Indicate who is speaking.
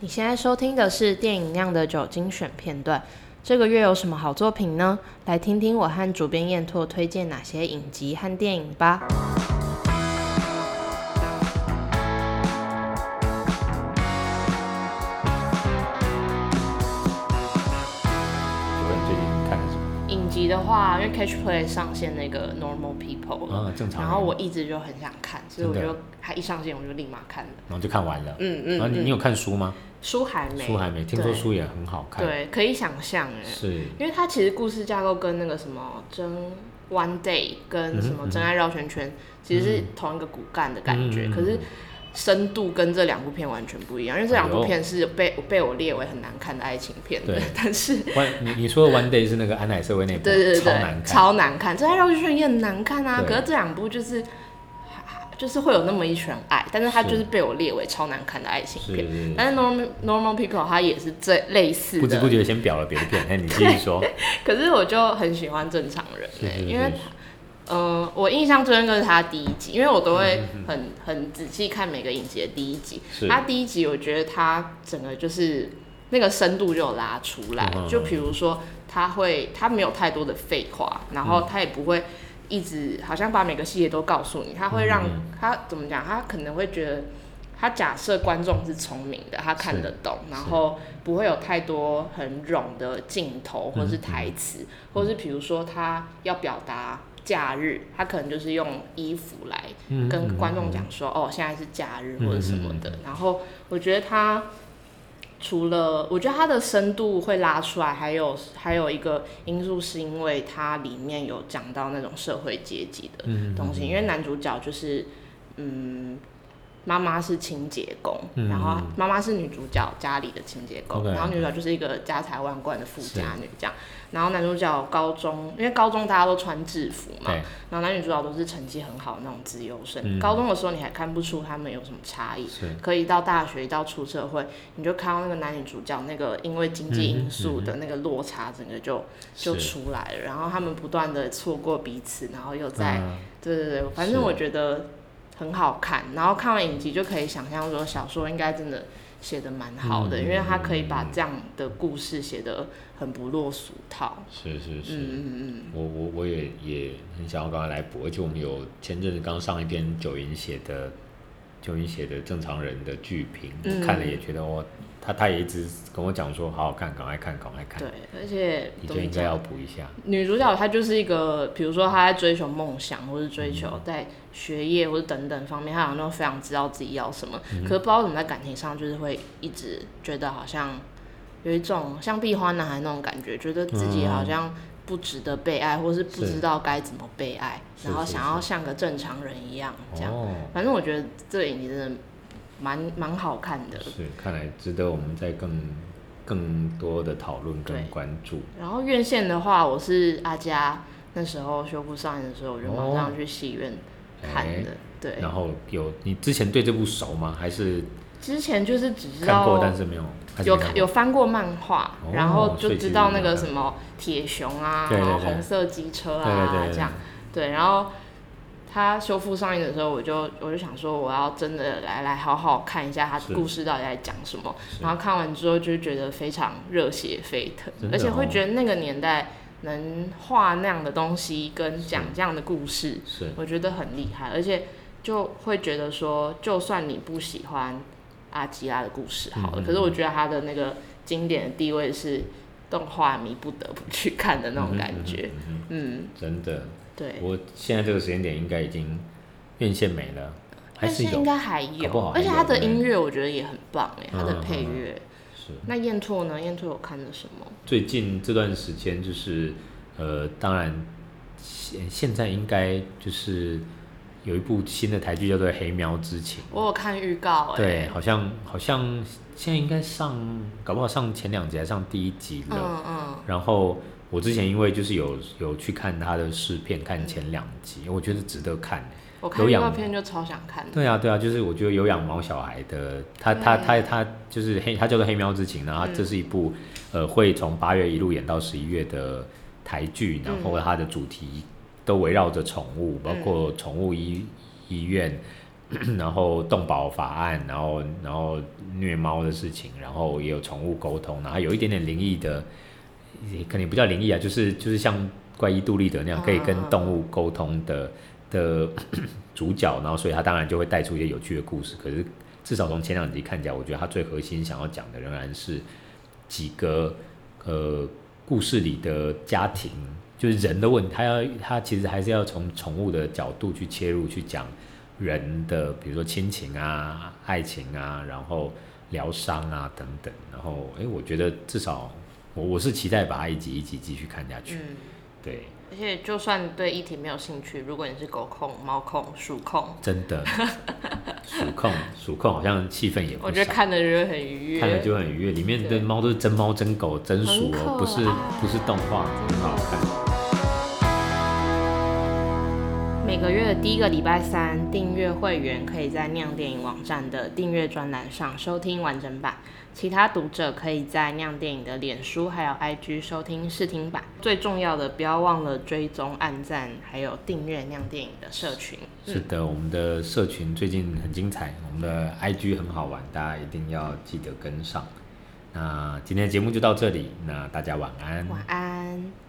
Speaker 1: 你现在收听的是电影《酿的酒》精选片段。这个月有什么好作品呢？来听听我和主编燕拓推荐哪些影集和电影吧。
Speaker 2: 有人最近看了什么？
Speaker 1: 影集的话，因为 Catch Play 上线那个 Normal People 了，
Speaker 2: 啊，正常。
Speaker 1: 然后我，一直就很想看，所以我
Speaker 2: 真的
Speaker 1: 就它一上线我就立马看了。
Speaker 2: 然后就看完了。
Speaker 1: 嗯
Speaker 2: 然后你
Speaker 1: 嗯
Speaker 2: 你
Speaker 1: 嗯，
Speaker 2: 有看书吗？
Speaker 1: 书还没，
Speaker 2: 书还没，听说
Speaker 1: 对
Speaker 2: 书也很好看。，
Speaker 1: 对，可以想象哎，
Speaker 2: 是
Speaker 1: 因为它其实故事架构跟那个什么《真 One Day》跟什么
Speaker 2: 嗯
Speaker 1: 《真爱绕圈圈》其实是同一个骨干的感觉，
Speaker 2: 嗯嗯嗯
Speaker 1: 可是深度跟这两部片完全不一样，因为这两
Speaker 2: 哎
Speaker 1: 部
Speaker 2: 呦
Speaker 1: 片是被被我列为很难看的爱情片的
Speaker 2: 对，
Speaker 1: 但是。
Speaker 2: One，你你说的 One Day 是那个安海瑟薇那部，
Speaker 1: 对对对
Speaker 2: 超
Speaker 1: 对，
Speaker 2: 难看。
Speaker 1: 超难看，《真爱绕圈圈》也很难看啊。
Speaker 2: 对
Speaker 1: 可是这两部就是，就是会有那么一圈爱，但是它
Speaker 2: 是
Speaker 1: 就是被我列为超难看的爱情
Speaker 2: 是
Speaker 1: 片。
Speaker 2: 是
Speaker 1: 但是 normal normal people 它也是这类似
Speaker 2: 是
Speaker 1: 的，
Speaker 2: 不知不觉先表了别的片，哎，你继续说。
Speaker 1: 可是我就很喜欢正常人、
Speaker 2: 是
Speaker 1: 欸，
Speaker 2: 是
Speaker 1: 因为
Speaker 2: 是，
Speaker 1: 呃，我印象最深刻是他第一集，因为我都会很很仔细看每个影集的第一集。
Speaker 2: 嗯是
Speaker 1: 他第一集我觉得他整个就是那个深度就有拉出来，
Speaker 2: 嗯
Speaker 1: 就比如说他会他没有太多的废话，然
Speaker 2: 嗯
Speaker 1: 后他也不会。一直好像把每个细节都告诉你，他会让、
Speaker 2: 嗯
Speaker 1: 他怎么讲？他可能会觉得，他假设观众是聪明的，他看得懂，然后不会有太多很冗的镜头
Speaker 2: 嗯
Speaker 1: 或是台词，或是比如说他要表达假日，他可能就是用衣服来
Speaker 2: 嗯
Speaker 1: 跟观众，
Speaker 2: 嗯
Speaker 1: 讲说，哦，现在是假日
Speaker 2: 嗯
Speaker 1: 或者什么的。然后我觉得他除了，我觉得他的深度会拉出来，还有还有一个因素是因为它里面有讲到那种社会阶级的
Speaker 2: 嗯嗯
Speaker 1: 东西，因为男主角就是嗯。妈妈是清洁工，
Speaker 2: 嗯
Speaker 1: 然后妈妈是女主角家里的清洁工
Speaker 2: OK 嗯
Speaker 1: 然后女主角就是一个家财万贯的富家女这样。然后男主角高中，因为高中大家都穿制服嘛，
Speaker 2: 对，
Speaker 1: 然后男女主角都是成绩很好的那种资优生，
Speaker 2: 嗯
Speaker 1: 高中的时候你还看不出他们有什么差异，
Speaker 2: 是
Speaker 1: 可以到大学一到出社会，你就看到那个男女主角那个因为经济
Speaker 2: 嗯
Speaker 1: 因素的那个落差，整个就、就是出来了。然后他们不断的错过彼此，然后又在、
Speaker 2: 嗯
Speaker 1: 对对对，反正
Speaker 2: 是
Speaker 1: 我觉得很好看。然后看完影集就可以想象说，小说应该真的写的蛮好的，
Speaker 2: 嗯
Speaker 1: 因为他可以把这样的故事写得很不落俗套。
Speaker 2: 是是
Speaker 1: 嗯
Speaker 2: 是，
Speaker 1: 嗯嗯
Speaker 2: 我我我也也很想要赶快来补，而且我们有前阵子刚上一篇九云写的九云写的正常人的剧评，
Speaker 1: 嗯
Speaker 2: 我看了也觉得我他他也一直跟我讲说好好看，赶快看，赶快
Speaker 1: 嗯，
Speaker 2: 看
Speaker 1: 对，，而且
Speaker 2: 哎你
Speaker 1: 怎
Speaker 2: 就
Speaker 1: 么
Speaker 2: 应该
Speaker 1: 讲
Speaker 2: 要补一下。
Speaker 1: 女主角她就是一个，比如说她在追求梦想，或是追
Speaker 2: 嗯
Speaker 1: 求在学业或者等等方面，她好像都非常知道自己要什么。
Speaker 2: 嗯
Speaker 1: 可是不知道怎么在感情上，就是会一直觉得好像有一种像壁花男孩那种感觉，觉得自己好
Speaker 2: 嗯
Speaker 1: 像不值得被爱，或是不
Speaker 2: 是
Speaker 1: 知道该怎么被爱，
Speaker 2: 是
Speaker 1: 然后
Speaker 2: 是
Speaker 1: 想要像个正常人一样这样。
Speaker 2: 哦，
Speaker 1: 反正我觉得这个影集真的蛮蛮好看的。
Speaker 2: 是，看来值得我们再更更多的讨论
Speaker 1: 对
Speaker 2: 跟关注。
Speaker 1: 然后院线的话，我是阿佳那时候修复上映的时候，我就马
Speaker 2: 哦
Speaker 1: 上去戏院看
Speaker 2: 哎
Speaker 1: 的。对，
Speaker 2: 然后有你之前对这部熟吗？还是
Speaker 1: 之前就是只知
Speaker 2: 看
Speaker 1: 道
Speaker 2: 过但是没有？还是
Speaker 1: 有
Speaker 2: 没看
Speaker 1: 看有翻过漫画，
Speaker 2: 哦
Speaker 1: 然后
Speaker 2: 所
Speaker 1: 就
Speaker 2: 以其实
Speaker 1: 知道那
Speaker 2: 没有
Speaker 1: 个
Speaker 2: 看
Speaker 1: 什么铁熊啊，
Speaker 2: 对对
Speaker 1: 然后
Speaker 2: 对
Speaker 1: 红色机车
Speaker 2: 过
Speaker 1: 啊
Speaker 2: 对对对，
Speaker 1: 这样。对，然后他修复上映的时候，我就我就想说，我要真的来来好好看一下他
Speaker 2: 是
Speaker 1: 故事到底在讲什么。
Speaker 2: 是
Speaker 1: 然后看完之后就觉得非常热血沸腾，
Speaker 2: 真的
Speaker 1: 而且会
Speaker 2: 哦
Speaker 1: 觉得那个年代能画那样的东西跟讲这样的故事，
Speaker 2: 是
Speaker 1: 我觉得很厉害，而且就会觉得说，就算你不喜欢阿基拉的故事好了，
Speaker 2: 嗯嗯
Speaker 1: 可是我觉得他的那个经典的地位是动画迷不得不去看的那种感觉。
Speaker 2: 嗯哼嗯哼
Speaker 1: 嗯，
Speaker 2: 嗯哼真的，
Speaker 1: 对，
Speaker 2: 我现在这个时间点应该已经院线没了，还
Speaker 1: 但
Speaker 2: 是
Speaker 1: 是
Speaker 2: 有
Speaker 1: 应该还
Speaker 2: 搞不好
Speaker 1: 有，
Speaker 2: 还
Speaker 1: 而且他的
Speaker 2: 有对
Speaker 1: 音乐我觉得也很棒哎，他的
Speaker 2: 嗯嗯
Speaker 1: 配
Speaker 2: 嗯嗯
Speaker 1: 乐。
Speaker 2: 是
Speaker 1: 那燕拓呢？燕拓有看的什么？
Speaker 2: 最近这段时间就是呃，当然现现在应该就是有一部新的台剧叫做《黑苗之情》。
Speaker 1: 我有看预告哎、
Speaker 2: 对，好像好像现在应该上，搞不好上前两集还上第一集了。
Speaker 1: 嗯嗯，
Speaker 2: 然后我之前因为就是有有去看他的试片，看前两集，我觉得值得看。
Speaker 1: 我看
Speaker 2: 有
Speaker 1: 预
Speaker 2: 养
Speaker 1: 告片就超想看的。
Speaker 2: 对啊，对啊，就是我觉得有养毛小孩的，他他他他就是黑，他叫做《黑喵之情》，然后
Speaker 1: 嗯
Speaker 2: 它这是一部、呃会从八月一路演到十一月的台剧，然
Speaker 1: 嗯
Speaker 2: 后它的主题都围绕着宠物，包括宠物医医院、然后动保法案，然后然后虐猫的事情，然后也有宠物沟通，然后有一点点灵异的，也可能也不叫灵异啊，就是就是像怪医杜立德那样可以跟
Speaker 1: 啊
Speaker 2: 动物沟通的的 主角，然后所以他当然就会带出一些有趣的故事。可是至少从前两集看起来，我觉得他最核心想要讲的仍然是几个呃故事里的家庭，就是人的问题。他要他其实还是要从宠物的角度去切入去讲人的，比如说亲情啊、爱情啊，然后疗伤啊等等。然后诶，我觉得至少我我是期待把它一集一集继续看下去。
Speaker 1: 嗯，
Speaker 2: 对，
Speaker 1: 而且就算对议题没有兴趣，如果你是狗控、猫控、鼠控，
Speaker 2: 真的数控数控好像气氛也不
Speaker 1: 我觉得
Speaker 2: 少
Speaker 1: 看的就会很愉悦。
Speaker 2: 看了就很愉悦。里面的
Speaker 1: 对
Speaker 2: 猫都是真猫真狗真鼠
Speaker 1: 很
Speaker 2: 哦，
Speaker 1: 可啊
Speaker 2: 不是
Speaker 1: 爱
Speaker 2: 不是动画，很好看。
Speaker 1: 每个月的第一个礼拜三，订阅会员可以在酿电影网站的订阅专栏上收听完整版，其他读者可以在酿电影的脸书还有 IG 收听试听版。最重要的，不要忘了追踪、按赞，还有订阅酿电影的社群。嗯
Speaker 2: 是的，我们的社群最近很精彩，我们的 IG 很好玩，大家一定要记得跟上。那今天的节目就到这里，那大家晚安。
Speaker 1: 晚安。